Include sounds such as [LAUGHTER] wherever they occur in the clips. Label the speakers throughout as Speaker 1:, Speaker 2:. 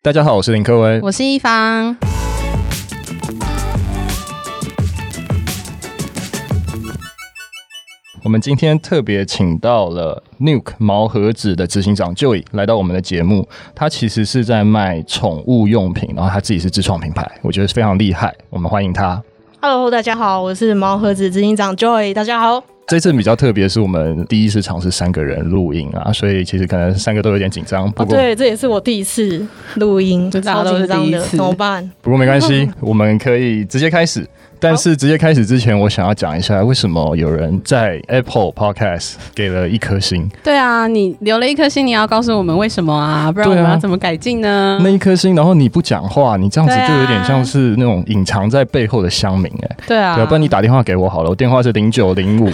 Speaker 1: 大家好，我是林科威。
Speaker 2: 我是一方。
Speaker 1: 我们今天特别请到了 Nuke 毛盒子的执行长 Joy 来到我们的节目。他其实是在卖宠物用品，然后他自己是自创品牌，我觉得非常厉害。我们欢迎他。
Speaker 3: Hello，大家好，我是毛盒子执行长 Joy，大家好。
Speaker 1: 这次比较特别，是我们第一次尝试三个人录音啊，所以其实可能三个都有点紧张。不
Speaker 3: 哦，
Speaker 1: 过、
Speaker 3: 对，这也是我第一次录音，
Speaker 2: 这大家
Speaker 3: 超
Speaker 2: 都是
Speaker 3: 紧张
Speaker 2: 第一
Speaker 3: 的，
Speaker 2: 次
Speaker 3: 怎么
Speaker 2: [LAUGHS]
Speaker 3: 办？
Speaker 1: 不过没关
Speaker 3: [LAUGHS]
Speaker 1: 系，我们可以直接开始。但是直接开始之前，我想要讲一下为什么有人在 Apple Podcast 给了一颗星。
Speaker 2: 对啊，你留了一颗心，你要告诉我们为什么啊？不然我们
Speaker 1: 对啊
Speaker 2: 要怎么改进呢？
Speaker 1: 那一颗星，然后你不讲话，你这样子
Speaker 2: 对啊
Speaker 1: 就有点像是那种隐藏在背后的乡民哎、
Speaker 2: 对啊，
Speaker 1: 对啊，不然你打电话给我好了，我电话是零九零
Speaker 2: [LAUGHS]
Speaker 1: 五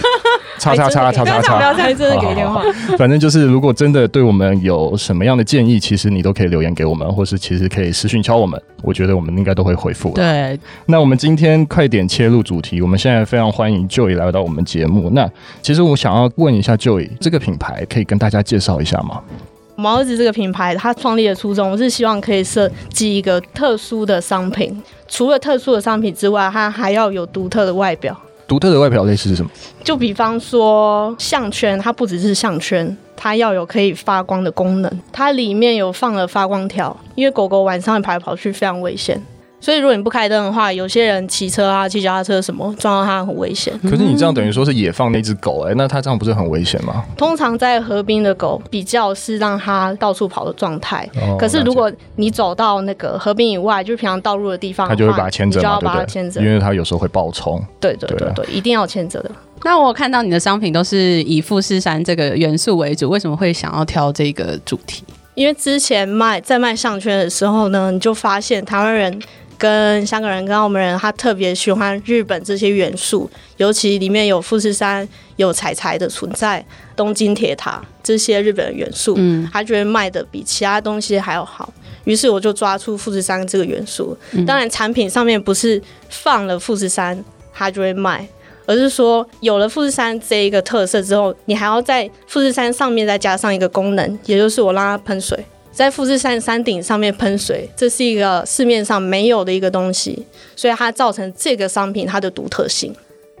Speaker 1: 叉
Speaker 2: 哎
Speaker 1: 叉叉叉叉
Speaker 3: 哎不要这样，不要
Speaker 1: 叉。
Speaker 3: 这样，真的
Speaker 1: 好好
Speaker 3: 给电话。
Speaker 1: 反正就是，如果真的对我们有什么样的建议，其实你都可以留言给我们，或是其实可以私讯敲我们，我觉得我们应该都会回复的。
Speaker 2: 对，
Speaker 1: 那我们今天快点切入主题，我们现在非常欢迎 Joy 来到我们节目。那其实我想要问一下 Joy，这个品牌可以跟大家介绍一下吗？
Speaker 3: [LAUGHS] 毛盒子这个品牌，它创立的初衷是希望可以设计一个特殊的商品，除了特殊的商品之外，它还要有独特的外表。
Speaker 1: 独特的外表类似是什么？
Speaker 3: 就比方说项圈，它不只是项圈，它要有可以发光的功能。它里面有放了发光条，因为狗狗晚上跑来跑去非常危险，所以如果你不开灯的话，有些人骑车啊、骑脚踏车什么撞到它很危险。
Speaker 1: 可是你这样等于说是野放那只狗、哎，那它这样不是很危险吗？
Speaker 3: 通常在河滨的狗比较是让它到处跑的状态。
Speaker 1: 哦
Speaker 3: 可是如
Speaker 1: 了
Speaker 3: 果你走到那个河滨以外，就是平常道路的地
Speaker 1: 解
Speaker 3: 方的
Speaker 1: 它
Speaker 3: 话，
Speaker 1: 就会把它牵着
Speaker 3: 你就
Speaker 1: 嘛，
Speaker 3: 要
Speaker 1: 对
Speaker 3: 把
Speaker 1: 不
Speaker 3: 它
Speaker 1: 对？
Speaker 3: 牵着。
Speaker 1: 因为它有时候会爆冲。
Speaker 3: 对对
Speaker 1: 对
Speaker 3: 对
Speaker 1: 啊
Speaker 3: 对，一定要牵着的。
Speaker 2: 那我看到你的商品都是以富士山这个元素为主，为什么会想要挑这个主 [LAUGHS] 题？
Speaker 3: 因为之前卖在卖项圈的时候呢，你就发现台湾人跟香港人跟澳门人，他特别喜欢日本这些元素，尤其里面有富士山、有彩彩的存在、东京铁塔这些日本的元素，
Speaker 2: 嗯
Speaker 3: 他觉得卖的比其他东西还要好。于是我就抓出富士山这个元素，当然产品上面不是放了富士山它就会卖，而是说有了富士山这一个特色之后，你还要在富士山上面再加上一个功能，也就是我让它喷水，在富士山山顶上面喷水，这是一个市面上没有的一个东西，所以它造成这个商品它的独特性。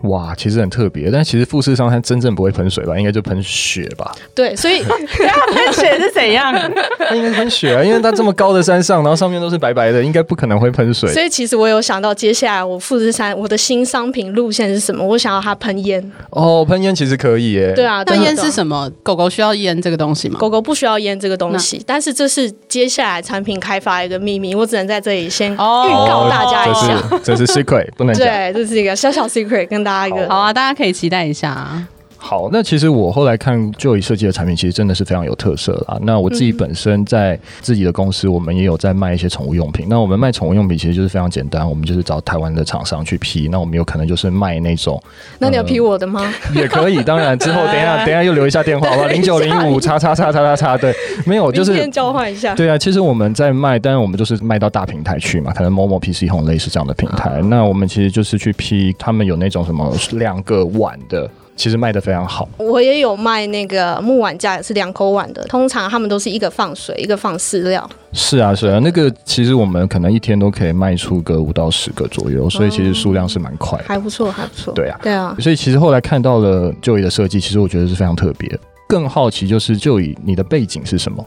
Speaker 1: 哇，其实很特别，但其实富士山它真正不会喷水吧？应该就喷雪吧？
Speaker 3: [LAUGHS] 对，所
Speaker 1: [LAUGHS]
Speaker 3: 以
Speaker 2: 喷水啊是怎样？
Speaker 1: 它应该喷雪啊， [LAUGHS] 因为它这么高的山上，然后上面都是白白的，应该不可能会喷水。
Speaker 3: 所以其实我有想到接下来我富士山我的新商品路线是什么，我想要它喷烟。
Speaker 1: 哦，喷烟其实可以耶、
Speaker 3: 对啊，
Speaker 2: [LAUGHS] 那
Speaker 3: 对啊
Speaker 2: 烟
Speaker 3: 对啊
Speaker 2: 是什么？狗狗需要烟这个东 [LAUGHS] 西吗？
Speaker 3: 狗狗不需要烟这个东西，但是这是接下来产品开发一个秘密，我只能在这里先预
Speaker 2: 哦
Speaker 3: 告大家一下。
Speaker 1: 哦这是这是 secret，不能讲。
Speaker 3: 对，这是一个小小 secret，跟大家一个
Speaker 2: 好啊，大家可以期待一下啊。
Speaker 1: 好，那其实我后来看 Joy 设计的产品，其实真的是非常有特色啦。那我自己本身在自己的公司，我们也有在卖一些宠物用品。那我们卖宠物用品其实就是非常简单，我们就是找台湾的厂商去批。那我们有可能就是卖那种
Speaker 3: 那
Speaker 1: 嗯
Speaker 3: 你有批我的吗？
Speaker 1: [LAUGHS] 也可以，当然之后等一
Speaker 3: 哎
Speaker 1: 下等一下又留一下电话好吧，零九零五叉叉叉叉叉叉，对，没有就
Speaker 3: 明
Speaker 1: 是
Speaker 3: 天。交换一下。
Speaker 1: 对啊，其实我们在卖，但是我们就是卖到大平台去嘛，可能某某 PC Home 类似这样的平
Speaker 3: 啊
Speaker 1: 台。那我们其实就是去批，他们有那种什么两个碗的，其实卖的非常好。
Speaker 3: 我也有卖那个木碗架，也是两口碗的。通常他们都是一个放水，一个放饲料。
Speaker 1: 是啊，是啊，那个其实我们可能一天都可以卖出个五到十个左
Speaker 3: 嗯
Speaker 1: 右，所以其实数量是蛮快的。
Speaker 3: 还不错，还不错。
Speaker 1: 对啊，
Speaker 3: 对啊，
Speaker 1: 所以其实后来看到了就业的设计，其实我觉得是非常特别。更好奇就是就以你的背景是什么？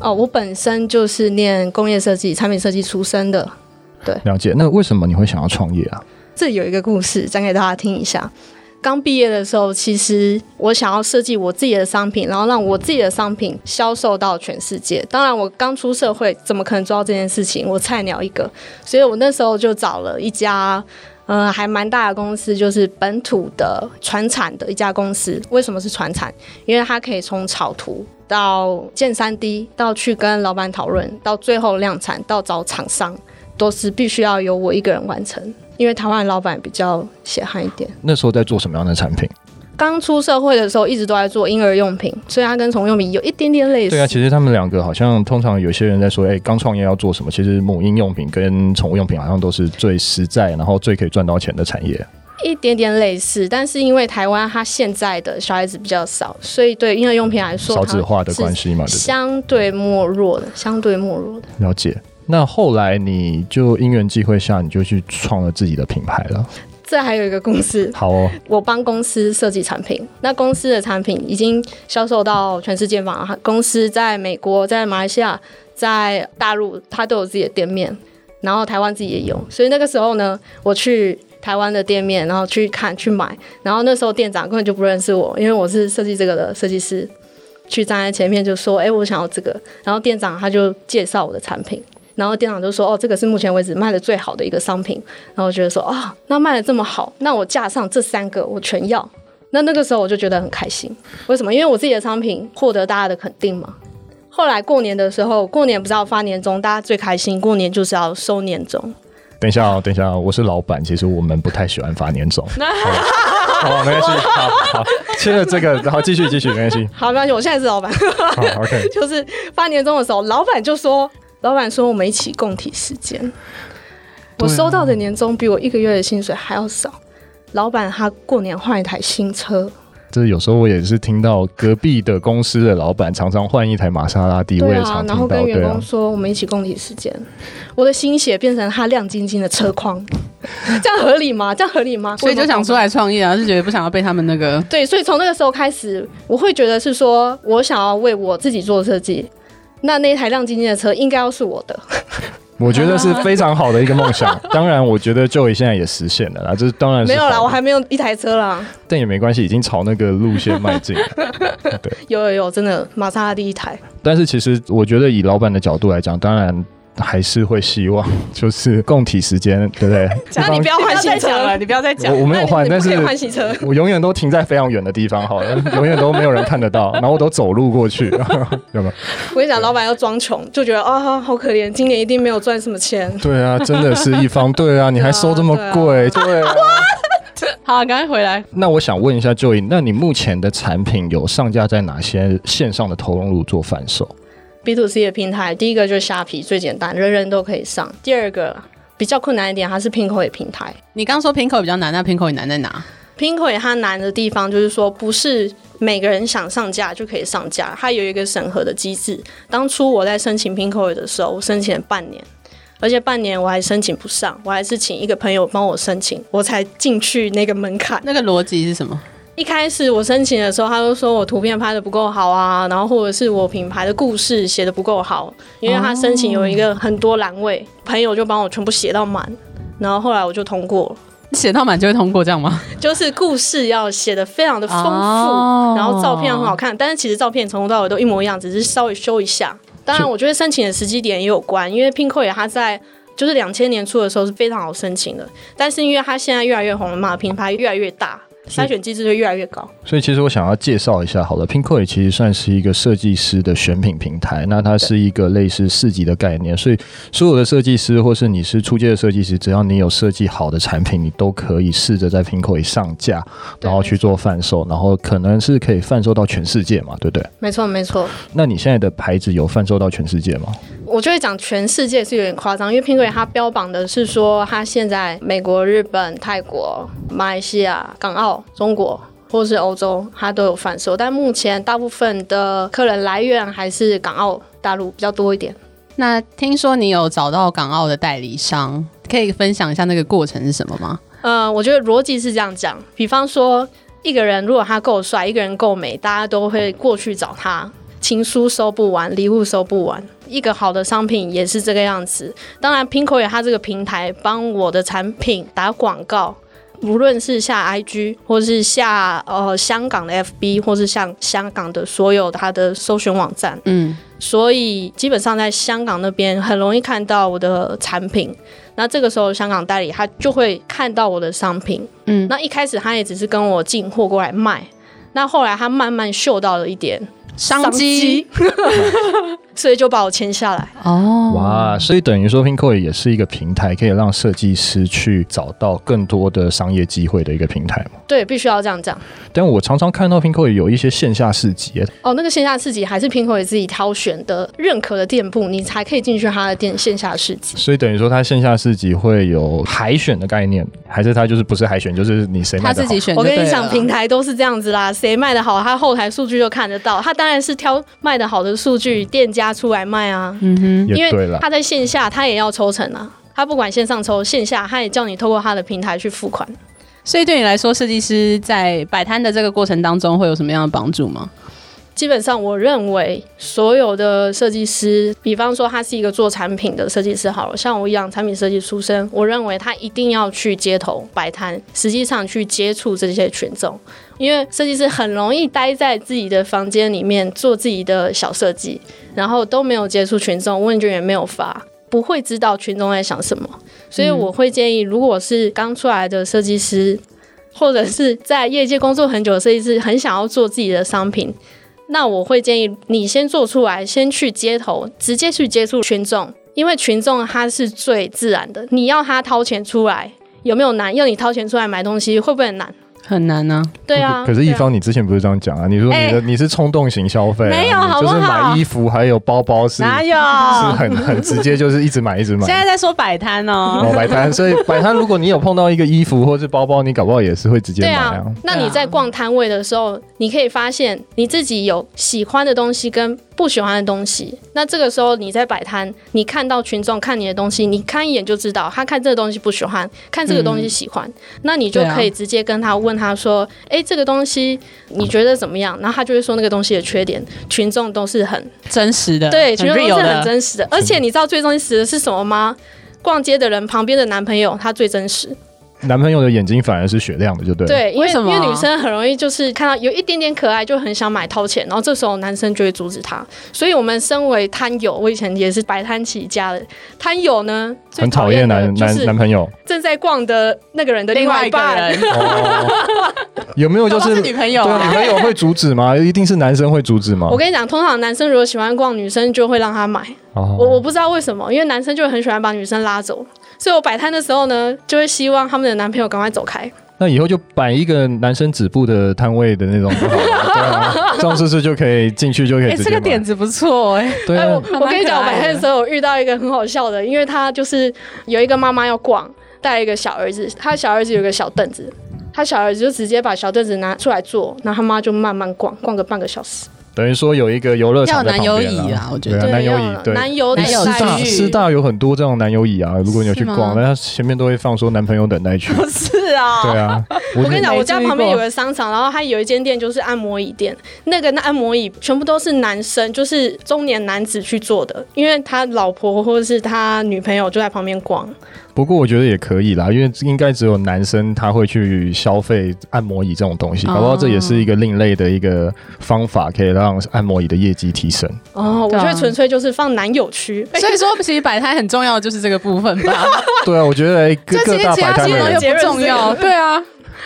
Speaker 3: 哦，我本身就是念工业设计、产品设计出身的，
Speaker 1: 了解，那为什么你会想要创业啊？
Speaker 3: 这有一个故事讲给大家听一下。刚毕业的时候，其实我想要设计我自己的商品，然后让我自己的商品销售到全世界。当然，我刚出社会，怎么可能做到这件事情？我菜鸟一个，所以我那时候就找了一家，嗯、还蛮大的公司，就是本土的船产的一家公司。为什么是船产？因为它可以从草图到建三 D，到去跟老板讨论，到最后量产，到找厂商，都是必须要由我一个人完成。因为台湾老板比较血汗一点。
Speaker 1: 那时候在做什么样的产品？
Speaker 3: 刚出社会的时候，一直都在做婴儿用品，所以它跟宠物用品有一点点类似。
Speaker 1: 对啊，其实他们两个好像通常有些人在说，哎、刚创业要做什么？其实母婴用品跟宠物用品好像都是最实在，然后最可以赚到钱的产业。
Speaker 3: 一点点类似，但是因为台湾它现在的小孩子比较少，所以对婴儿用品来说，
Speaker 1: 少子化的关系嘛，
Speaker 3: 它
Speaker 1: 对
Speaker 3: 是
Speaker 1: 不
Speaker 3: 相对没落的，相对没落的。
Speaker 1: 对？了解。那后来你就因缘际会下，你就去创了自己的品牌了。
Speaker 3: 这还有一个故事，
Speaker 1: 好哦，
Speaker 3: 我帮公司设计产品，那公司的产品已经销售到全世界嘛，公司在美国、在马来西亚、在大陆，它都有自己的店面，然后台湾自己也有，所以那个时候呢，我去。台湾的店面，然后去看去买，然后那时候店长根本就不认识我，因为我是设计这个的设计师，去站在前面就说：“哎、我想要这个。”然后店长他就介绍我的产品，然后店长就说：“哦，这个是目前为止卖的最好的一个商品。”然后我觉得说：“啊、那卖的这么好，那我架上这三个我全要。”那那个时候我就觉得很开心，为什么？因为我自己的商品获得大家的肯定嘛。后来过年的时候，过年不是要发年终，大家最开心，过年就是要收年终。
Speaker 1: 等一下哦，等一下哦，我是老板，其实我们不太喜欢发年
Speaker 3: [LAUGHS]
Speaker 1: 终。好吧，好吧，没关系，好好切了这个，然后继续继续，没关系。
Speaker 3: 好，没关系，我现在是老板。 [LAUGHS]
Speaker 1: 好，OK，
Speaker 3: 就是发年终的时候，老板就说，老板说我们一起共体时间。我收到的年终比我一个月的薪水还要少。老板他过年换一台新车，
Speaker 1: 就是有时候我也是听到隔壁的公司的老板常常换一台玛莎拉蒂，我
Speaker 3: 对
Speaker 1: 也
Speaker 3: 啊
Speaker 1: 常，听
Speaker 3: 然
Speaker 1: 到，
Speaker 3: 后跟员
Speaker 1: 对啊
Speaker 3: 工，说我们一起共体时间，我的心血变成他亮晶晶的车框， [LAUGHS] 这样合理吗？这样合理吗？
Speaker 2: 所以就想
Speaker 3: 说。
Speaker 2: 出来创业啊，是觉得不想要被他们那个
Speaker 3: 对，所以从那个时候开始，我会觉得是说我想要为我自己做设计，那那一台亮晶晶的车应该要是我的。
Speaker 1: 我觉得是非常好的一个梦想。当然，我觉得 Joey 现在也实现了啦，这是当然是
Speaker 3: 没有啦，
Speaker 1: 好的
Speaker 3: 我还没有一台车啦。
Speaker 1: 但也没关系，已经朝那个路线迈进了。
Speaker 3: [LAUGHS] 有有有，真的玛莎拉蒂一台。
Speaker 1: 但是其实我觉得以老板的角度来讲，当然还是会希望就是共体时间，对
Speaker 3: [LAUGHS]
Speaker 1: 不对？
Speaker 3: 那你不要换新车
Speaker 2: [LAUGHS]
Speaker 3: 了，
Speaker 2: [LAUGHS] 你不要再
Speaker 1: 我我没有换，但
Speaker 3: 那你不
Speaker 1: 是
Speaker 3: 可以换洗车。
Speaker 1: 我永远都停在非常远的地方，好了，永远都没有人看得到，然后我都走路过去， [LAUGHS] 有没有？
Speaker 3: 我跟你讲，老板要装穷，就觉得啊、好可怜，今年一定没有赚什么钱。
Speaker 1: 对啊，真的是一方， [LAUGHS] 对啊，你还收这么贵，对啊。
Speaker 2: 好，啊赶快回来。
Speaker 1: 那我想问一下 Joey，那你目前的产品有上架在哪些线上的投入做贩售？
Speaker 3: B to C 的平台，第一个就是虾皮，最简单，人人都可以上。第二个比较困难一点，它是 Pinko 的平台。
Speaker 2: 你刚说瓶口比较难，那瓶口你难在哪？
Speaker 3: Pinko 也它难的地方就是说，不是每个人想上架就可以上架，它有一个审核的机制。当初我在申请 Pinko 的时候，我申请了半年，而且半年我还申请不上，我还是请一个朋友帮我申请，我才进去那个门槛。
Speaker 2: 那个逻辑是什么？
Speaker 3: 一开始我申请的时候，他就说我图片拍的不够好啊，然后或者是我品牌的故事写的不够好，因为他申请有一个很多栏位，朋友就帮我全部写到满，然后后来我就通过了。
Speaker 2: 写到满就会通过这样吗？
Speaker 3: 就是故事要写的非常的丰富，
Speaker 2: 哦
Speaker 3: 然后照片很好看，但是其实照片从头到尾都一模一样，只是稍微修一下。当然，
Speaker 1: 是
Speaker 3: 我觉得申请的时机点也有关，因为 Pinko 也他在就是两千年初的时候是非常好申请的，但是因为他现在越来越红了嘛，品牌越来越大，筛选机制就越来越高。
Speaker 1: 所以其实我想要介绍一下，好了，Pinko 也其实算是一个设计师的选品平台，那它是一个类似市集的概念，所以所有的设计师或是你是出街的设计师，只要你有设计好的产品，你都可以试着在 Pinko 上架，
Speaker 3: 对
Speaker 1: 然后去做贩售，然后可能是可以贩售到全世界嘛，对不对？
Speaker 3: 没错，没错。
Speaker 1: 那你现在的牌子有贩售到全世界吗？
Speaker 3: 我就会讲全世界是有点夸张，因为 Pinko 它标榜的是说，它现在美国、日本、泰国、马来西亚、港澳、中国或是欧洲，它都有贩售，但目前大部分的客人来源还是港澳大陆比较多一点。
Speaker 2: 那听说你有找到港澳的代理商，可以分享一下那个过程是什么吗？
Speaker 3: 呃，我觉得逻辑是这样讲，比方说一个人如果他够帅，一个人够美，大家都会过去找他。情书收不完，礼物收不完，一个好的商品也是这个样子。当然，Pinko 有它这个平台帮我的产品打广告，无论是下 IG 或是下呃香港的 FB，或是像香港的所有它的搜寻网站，
Speaker 2: 嗯，
Speaker 3: 所以基本上在香港那边很容易看到我的产品。那这个时候，香港代理他就会看到我的商品。
Speaker 2: 嗯
Speaker 3: 那一开始他也只是跟我进货过来卖，那后来他慢慢嗅到了一点
Speaker 2: 商机，
Speaker 3: [LAUGHS] 所以就把我签下来。
Speaker 2: 哦，
Speaker 1: 哇，所以等于说 Pinko 也是一个平台，可以让设计师去找到更多的商业机会的一个平台嘛。
Speaker 3: 对，必须要这样讲。
Speaker 1: 但我常常看到 Pinko 有一些线下市集，
Speaker 3: 哦，那个线下市集还是 Pinko 也自己挑选的认可的店铺，你才可以进去他的店线下市集。
Speaker 1: 所以等于说，它线下市集会有海选的概念，还是它就是不是海选，就是你谁
Speaker 2: 他
Speaker 1: 卖的
Speaker 2: 自
Speaker 1: 好
Speaker 2: 己？选就
Speaker 3: 我
Speaker 2: 对了。
Speaker 3: 跟你讲，平台都是这样子啦，谁卖的好，他后台数据就看得到，他当然是挑卖的好的数据店家出来卖啊，
Speaker 2: 嗯哼，
Speaker 1: 也
Speaker 3: 因
Speaker 1: 对
Speaker 3: 为
Speaker 1: 了，
Speaker 3: 他在线下他也要抽成啊，他不管线上抽线下，他也叫你透过他的平台去付款。
Speaker 2: 所以对你来说，设计师在摆摊的这个过程当中会有什么样的帮助吗？
Speaker 3: 基本上，我认为所有的设计师，比方说他是一个做产品的设计师，好了，像我一样产品设计出身，我认为他一定要去街头摆摊，实际上去接触这些群众，因为设计师很容易待在自己的房间里面做自己的小设计，然后都没有接触群众，问卷也没有发。不会知道群众在想什么，所以我会建议，如果是刚出来的设计师，或者是在业界工作很久的设计师，很想要做自己的商品，那我会建议你先做出来，先去街头，直接去接触群众，因为群众他是最自然的。你要他掏钱出来，有没有难？要你掏钱出来买东西，会不会很难？
Speaker 2: 很难呢、
Speaker 3: 对啊。
Speaker 1: 可是，一
Speaker 3: 对啊
Speaker 1: 方你之前不是这样讲啊？你说你的你是冲动型消费啊，
Speaker 3: 哎没有
Speaker 1: 你
Speaker 3: 好不
Speaker 1: 就是
Speaker 3: 好
Speaker 1: 买衣服还有包包是
Speaker 2: 哪
Speaker 1: 是
Speaker 2: 有？
Speaker 1: 很很直接，就是一直买一直买
Speaker 2: 现。在在说摆摊哦
Speaker 1: 哦，，摆摊，所以摆摊，如果你有碰到一个衣服或是包包，你搞不好也是会直接
Speaker 3: 对
Speaker 1: 买啊。，
Speaker 3: 啊那你在逛摊位的时候，你可以发现你自己有喜欢的东西跟不喜欢的东西。那这个时候你在摆摊，你看到群众看你的东西，你看一眼就知道他看这个东西不喜欢，看这个东西喜欢，那你就
Speaker 2: 对啊
Speaker 3: 可以直接跟他问他说：“哎、这个东西你觉得怎么样？”然后他就会说那个东西的缺点。群众都是很
Speaker 2: 真实的，
Speaker 3: 对，群
Speaker 2: 嗯很
Speaker 3: 众都
Speaker 2: real
Speaker 3: 是很
Speaker 2: 的，
Speaker 3: 真实的。而且你知道最真实的是什么吗？逛街的人旁边的男朋友，他最真实。
Speaker 1: 男朋友的眼睛反而是雪亮的，就对。，
Speaker 3: 对，因为
Speaker 2: 为什么啊
Speaker 3: 因为女生很容易就是看到有一点点可爱就很想买掏钱，然后这时候男生就会阻止她。所以我们身为摊友，我以前也是摆摊起家的，摊友呢最
Speaker 1: 很讨厌
Speaker 3: 的
Speaker 1: 男
Speaker 3: 就
Speaker 1: 男
Speaker 3: 是
Speaker 1: 男朋友。
Speaker 3: 正在逛的那个人的另
Speaker 2: 另
Speaker 3: 外
Speaker 2: 外一
Speaker 3: 一
Speaker 2: 个
Speaker 3: 半。
Speaker 2: 人，哦
Speaker 1: 有没有 [LAUGHS] 就
Speaker 2: 搞不好
Speaker 1: 是
Speaker 2: 是女朋友
Speaker 1: 对
Speaker 2: 啊
Speaker 1: 啊，女朋友会阻止吗？一定是男生会阻止吗？
Speaker 3: 我跟你讲，通常男生如果喜欢逛女生，就会让她买。
Speaker 1: 哦
Speaker 3: 我我不知道为什么，因为男生就很喜欢把女生拉走，所以我摆摊的时候呢，就会希望他们的男朋友赶快走开。
Speaker 1: 那以后就摆一个男生止步的摊位的那种
Speaker 3: [LAUGHS]
Speaker 1: 就好了，对啊，这样是不是就可以进去就可以
Speaker 2: 哎，
Speaker 1: 直
Speaker 2: 这
Speaker 1: 接买？
Speaker 2: 个点子不错 [LAUGHS] 哎，
Speaker 1: 对
Speaker 3: 哎，
Speaker 1: 啊
Speaker 3: 我，
Speaker 2: 还蛮
Speaker 3: [LAUGHS] 我跟你讲，我
Speaker 2: 可爱
Speaker 3: 摆
Speaker 2: 的
Speaker 3: 摊的时候我遇到一个很好笑的，因为他就是有一个妈妈要逛，带一个小儿子，他小儿子有个小凳子，他小儿子就直接把小凳子拿出来坐，然后他妈就慢慢逛，逛个半个小时。
Speaker 1: 等于说有一个游乐场在旁边
Speaker 2: 要有男友椅啊我觉得
Speaker 1: 对啊，男友椅
Speaker 3: 要，
Speaker 1: 对。
Speaker 3: 男友
Speaker 1: 哎
Speaker 3: 男友
Speaker 1: 师大
Speaker 3: 待
Speaker 2: 区
Speaker 1: 师
Speaker 3: 遇。
Speaker 1: 大有很多这种男友椅啊，如果你有去
Speaker 2: 是吗
Speaker 1: 逛，那他前面都会放说男朋友等待区，
Speaker 2: 不是
Speaker 1: 对
Speaker 2: 啊，
Speaker 1: 啊。我
Speaker 3: 我跟你讲，
Speaker 2: 没
Speaker 3: 我家
Speaker 2: 注意
Speaker 3: 旁边有
Speaker 2: 过
Speaker 3: 个商场，然后它有一间店就是按摩椅店，那个那按摩椅全部都是男生，就是中年男子去做的，因为他老婆或者是他女朋友就在旁边逛。
Speaker 1: 不过我觉得也可以啦，因为应该只有男生他会去消费按摩椅这种东西，
Speaker 2: 哦
Speaker 1: 搞不好这也是一个另类的一个方法，可以让按摩椅的业绩提升。
Speaker 3: 哦，我
Speaker 2: 对
Speaker 3: 觉
Speaker 2: 啊
Speaker 3: 得纯粹就是放男友区，
Speaker 1: 啊
Speaker 2: 所以说其实摆摊很重要，就是这个部分吧，
Speaker 1: 对啊，我觉得哎 [LAUGHS] 各
Speaker 2: 这
Speaker 1: 各
Speaker 2: 其实
Speaker 1: 大
Speaker 2: 其
Speaker 1: 摆
Speaker 2: 他
Speaker 1: 摊
Speaker 2: 技
Speaker 1: 的
Speaker 2: 能
Speaker 1: 人
Speaker 2: 又不重要，对啊，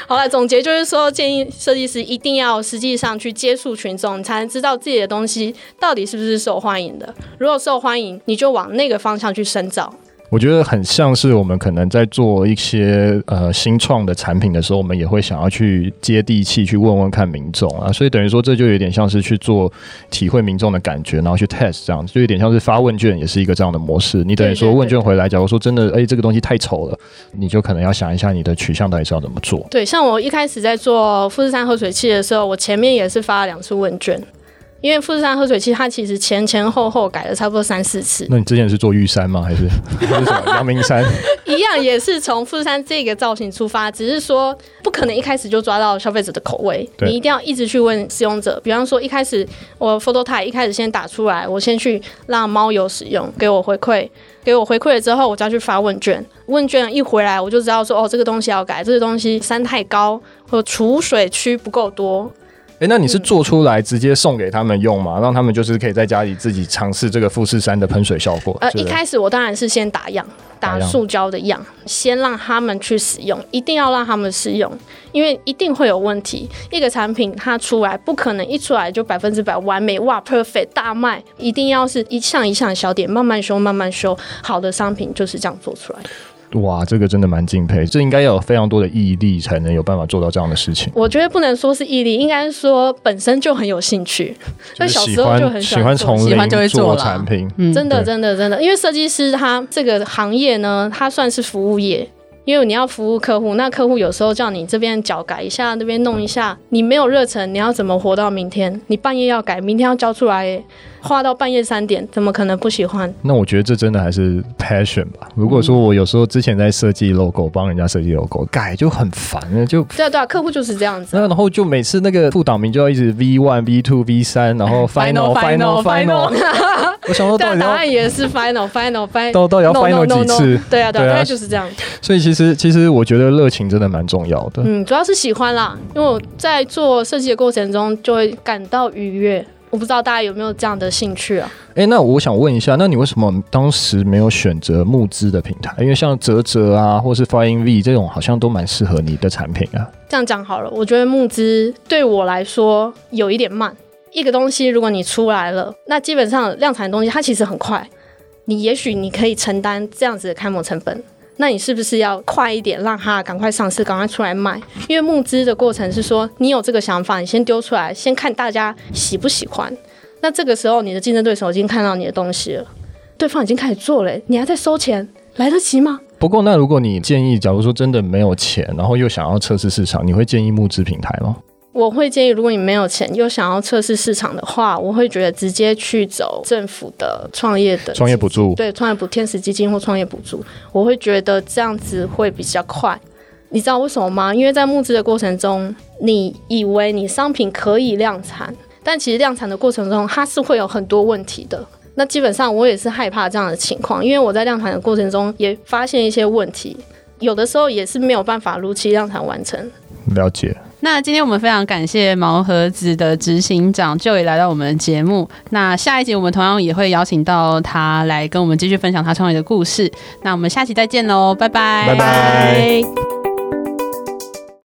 Speaker 3: 好了，总结就是说，建议设计师一定要实际上去接触群众，你才能知道自己的东西到底是不是受欢迎的。如果受欢迎，你就往那个方向去深造。
Speaker 1: 我觉得很像是我们可能在做一些呃新创的产品的时候，我们也会想要去接地气，去问问看民众啊。所以等于说，这就有点像是去做体会民众的感觉，然后去 test 这样子，就有点像是发问卷，也是一个这样的模式。你等于
Speaker 3: 对对
Speaker 1: 说
Speaker 3: 对
Speaker 1: 问卷回来，假如说真的，哎，这个东西太丑了，你就可能要想一下你的取向到底是要怎么做。
Speaker 3: 对，像我一开始在做富士山喝水器的时候，我前面也是发了两次问卷，因为富士山喝水器它其实前前后后改了差不多三四次，
Speaker 1: 那你之前是做玉山吗？还是还是什么阳明山？
Speaker 3: 一样也是从富士山这个造型出发，只是说不可能一开始就抓到消费者的口味，
Speaker 1: 对
Speaker 3: 你一定要一直去问使用者。比方说一开始我 photo type 一开始先打出来，我先去让猫友使用，给我回馈，给我回馈了之后，我就要去发问卷。问卷一回来，我就知道说哦，这个东西要改，这个东西山太高，或储水区不够多。
Speaker 1: [LAUGHS] 哎，那你是做出来直接送给他们用吗？让他们就是可以在家里自己尝试这个富士山的喷水效果？
Speaker 3: 呃，
Speaker 1: 是
Speaker 3: 一
Speaker 1: 的
Speaker 3: 开始我当然是先打样，打
Speaker 1: 打样
Speaker 3: 塑胶的样，先让他们去使用，一定要让他们试用，因为一定会有问题。一个产品它出来不可能一出来就百分之百完美，哇，perfect 大卖，一定要是一项一项的小点慢慢修，慢慢修，好的商品就是这样做出来。
Speaker 1: 哇，这个真的蛮敬佩，这应该要有非常多的毅力才能有办法做到这样的事情。
Speaker 3: 我觉得不能说是毅力，应该说本身就很有兴趣，所以
Speaker 1: 是
Speaker 3: 小
Speaker 1: 喜
Speaker 3: 时候就很
Speaker 1: 欢喜欢
Speaker 3: 做
Speaker 1: 从
Speaker 2: 喜欢就会
Speaker 1: 零
Speaker 2: 做啦
Speaker 1: 产品，
Speaker 2: 嗯
Speaker 3: 真的，
Speaker 1: 对
Speaker 3: 真的，真的，因为设计师他这个行业呢，他算是服务业，因为你要服务客户，那客户有时候叫你这边脚改一下，那边弄一下，你没有热忱，你要怎么活到明天？你半夜要改，明天要交出来耶，画到半夜三点，怎么可能不喜欢？
Speaker 1: 那我觉得这真的还是 passion 吧。如果说我有时候之前在设计 logo，帮人家设计 logo 改就很烦了，就
Speaker 3: 对啊，对啊，客户就是这样子
Speaker 1: 那
Speaker 3: 啊。
Speaker 1: 然后就每次那个副档名就要一直 V one V two V 三，然后 final
Speaker 2: Final,
Speaker 1: final
Speaker 2: final,
Speaker 1: final，我
Speaker 3: [LAUGHS]
Speaker 1: 想说到
Speaker 3: 但
Speaker 1: 底
Speaker 3: 啊答
Speaker 1: 要
Speaker 3: 案也是 final final final，
Speaker 1: 到
Speaker 3: [LAUGHS]
Speaker 1: 到底要
Speaker 3: no, no,
Speaker 1: final
Speaker 3: no,
Speaker 1: 几
Speaker 3: no
Speaker 1: 次？
Speaker 3: 对啊，对啊，
Speaker 1: 对啊
Speaker 3: 大概就是这样。
Speaker 1: 所以其实其实我觉得热情真的蛮重要的。
Speaker 3: 嗯，主要是喜欢啦，因为我在做设计的过程中就会感到愉悦。我不知道大家有没有这样的兴趣啊？
Speaker 1: 哎、那我想问一下，那你为什么当时没有选择募资的平台？因为像泽泽啊，或是 Flying V 这种，好像都蛮适合你的产品啊。
Speaker 3: 这样讲好了，我觉得募资对我来说有一点慢。一个东西如果你出来了，那基本上量产的东西它其实很快，你也许你可以承担这样子的开模成本。那你是不是要快一点，让它赶快上市，赶快出来卖？因为募资的过程是说，你有这个想法，你先丢出来，先看大家喜不喜欢。那这个时候，你的竞争对手已经看到你的东西了，对方已经开始做了，你还在收钱，来得及吗？
Speaker 1: 不过，那如果你建议，假如说真的没有钱，然后又想要测试市场，你会建议募资平台吗？
Speaker 3: 我会建议，如果你没有钱又想要测试市场的话，我会觉得直接去走政府的创业的
Speaker 1: 创业补助？
Speaker 3: 呃对创业补天使基金或创业补助，我会觉得这样子会比较快。你知道为什么吗？因为在募资的过程中，你以为你商品可以量产，但其实量产的过程中，它是会有很多问题的。那基本上我也是害怕这样的情况，因为我在量产的过程中也发现一些问题，有的时候也是没有办法如期量产完成。
Speaker 1: 了解。
Speaker 2: 那今天我们非常感谢毛盒子的执行长就也来到我们的节目。那下一集我们同样也会邀请到他来跟我们继续分享他创业的故事。那我们下期再见喽，拜拜，
Speaker 1: 拜拜。
Speaker 3: 拜。